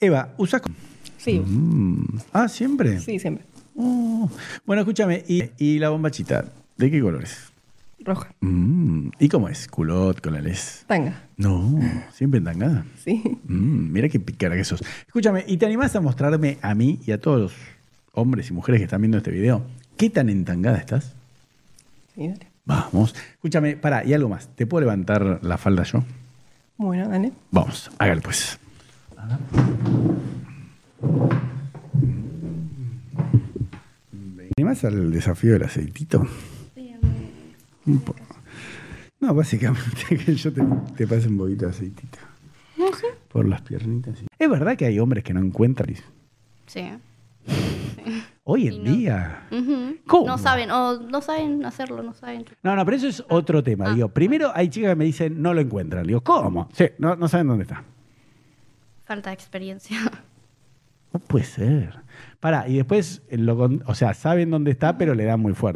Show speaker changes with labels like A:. A: Eva, ¿usas... co-
B: Sí,
A: Mm. Ah, siempre.
B: sí, siempre.
A: Oh. Bueno, escúchame, y, y la bombachita? ¿De qué colores?
B: Roja.
A: Mm. ¿Y cómo es? Culot, colales.
B: Tanga.
A: No, siempre en tangada.
B: Sí.
A: Mm, mira qué pícara que sos. Escúchame, ¿y te animás a mostrarme a mí y a todos los hombres y mujeres que están viendo este video qué tan entangada estás?
B: Sí, dale.
A: Vamos. Escúchame, pará, y algo más. ¿Te puedo levantar la falda yo?
B: Bueno, dale.
A: Vamos, hágale pues. ¿Te animás al desafío del aceitito? Un po- No, básicamente que yo te, te pase un poquito de aceitito. Por las piernitas. sí. Es verdad que hay hombres que no encuentran.
C: Sí.
A: Hoy
C: Y
A: en
C: no.
A: día.
C: Ujú.
A: ¿Cómo?
C: No saben, o no saben hacerlo, no saben.
A: No, no, pero eso es otro
C: Ah.
A: tema. Digo, primero hay chicas que me dicen no lo encuentran. Digo, ¿cómo? Sí, no, no saben dónde está.
C: Falta de experiencia.
A: No puede ser. Pará, y después, eh, lo con- o sea, saben dónde está, pero le dan muy fuerte.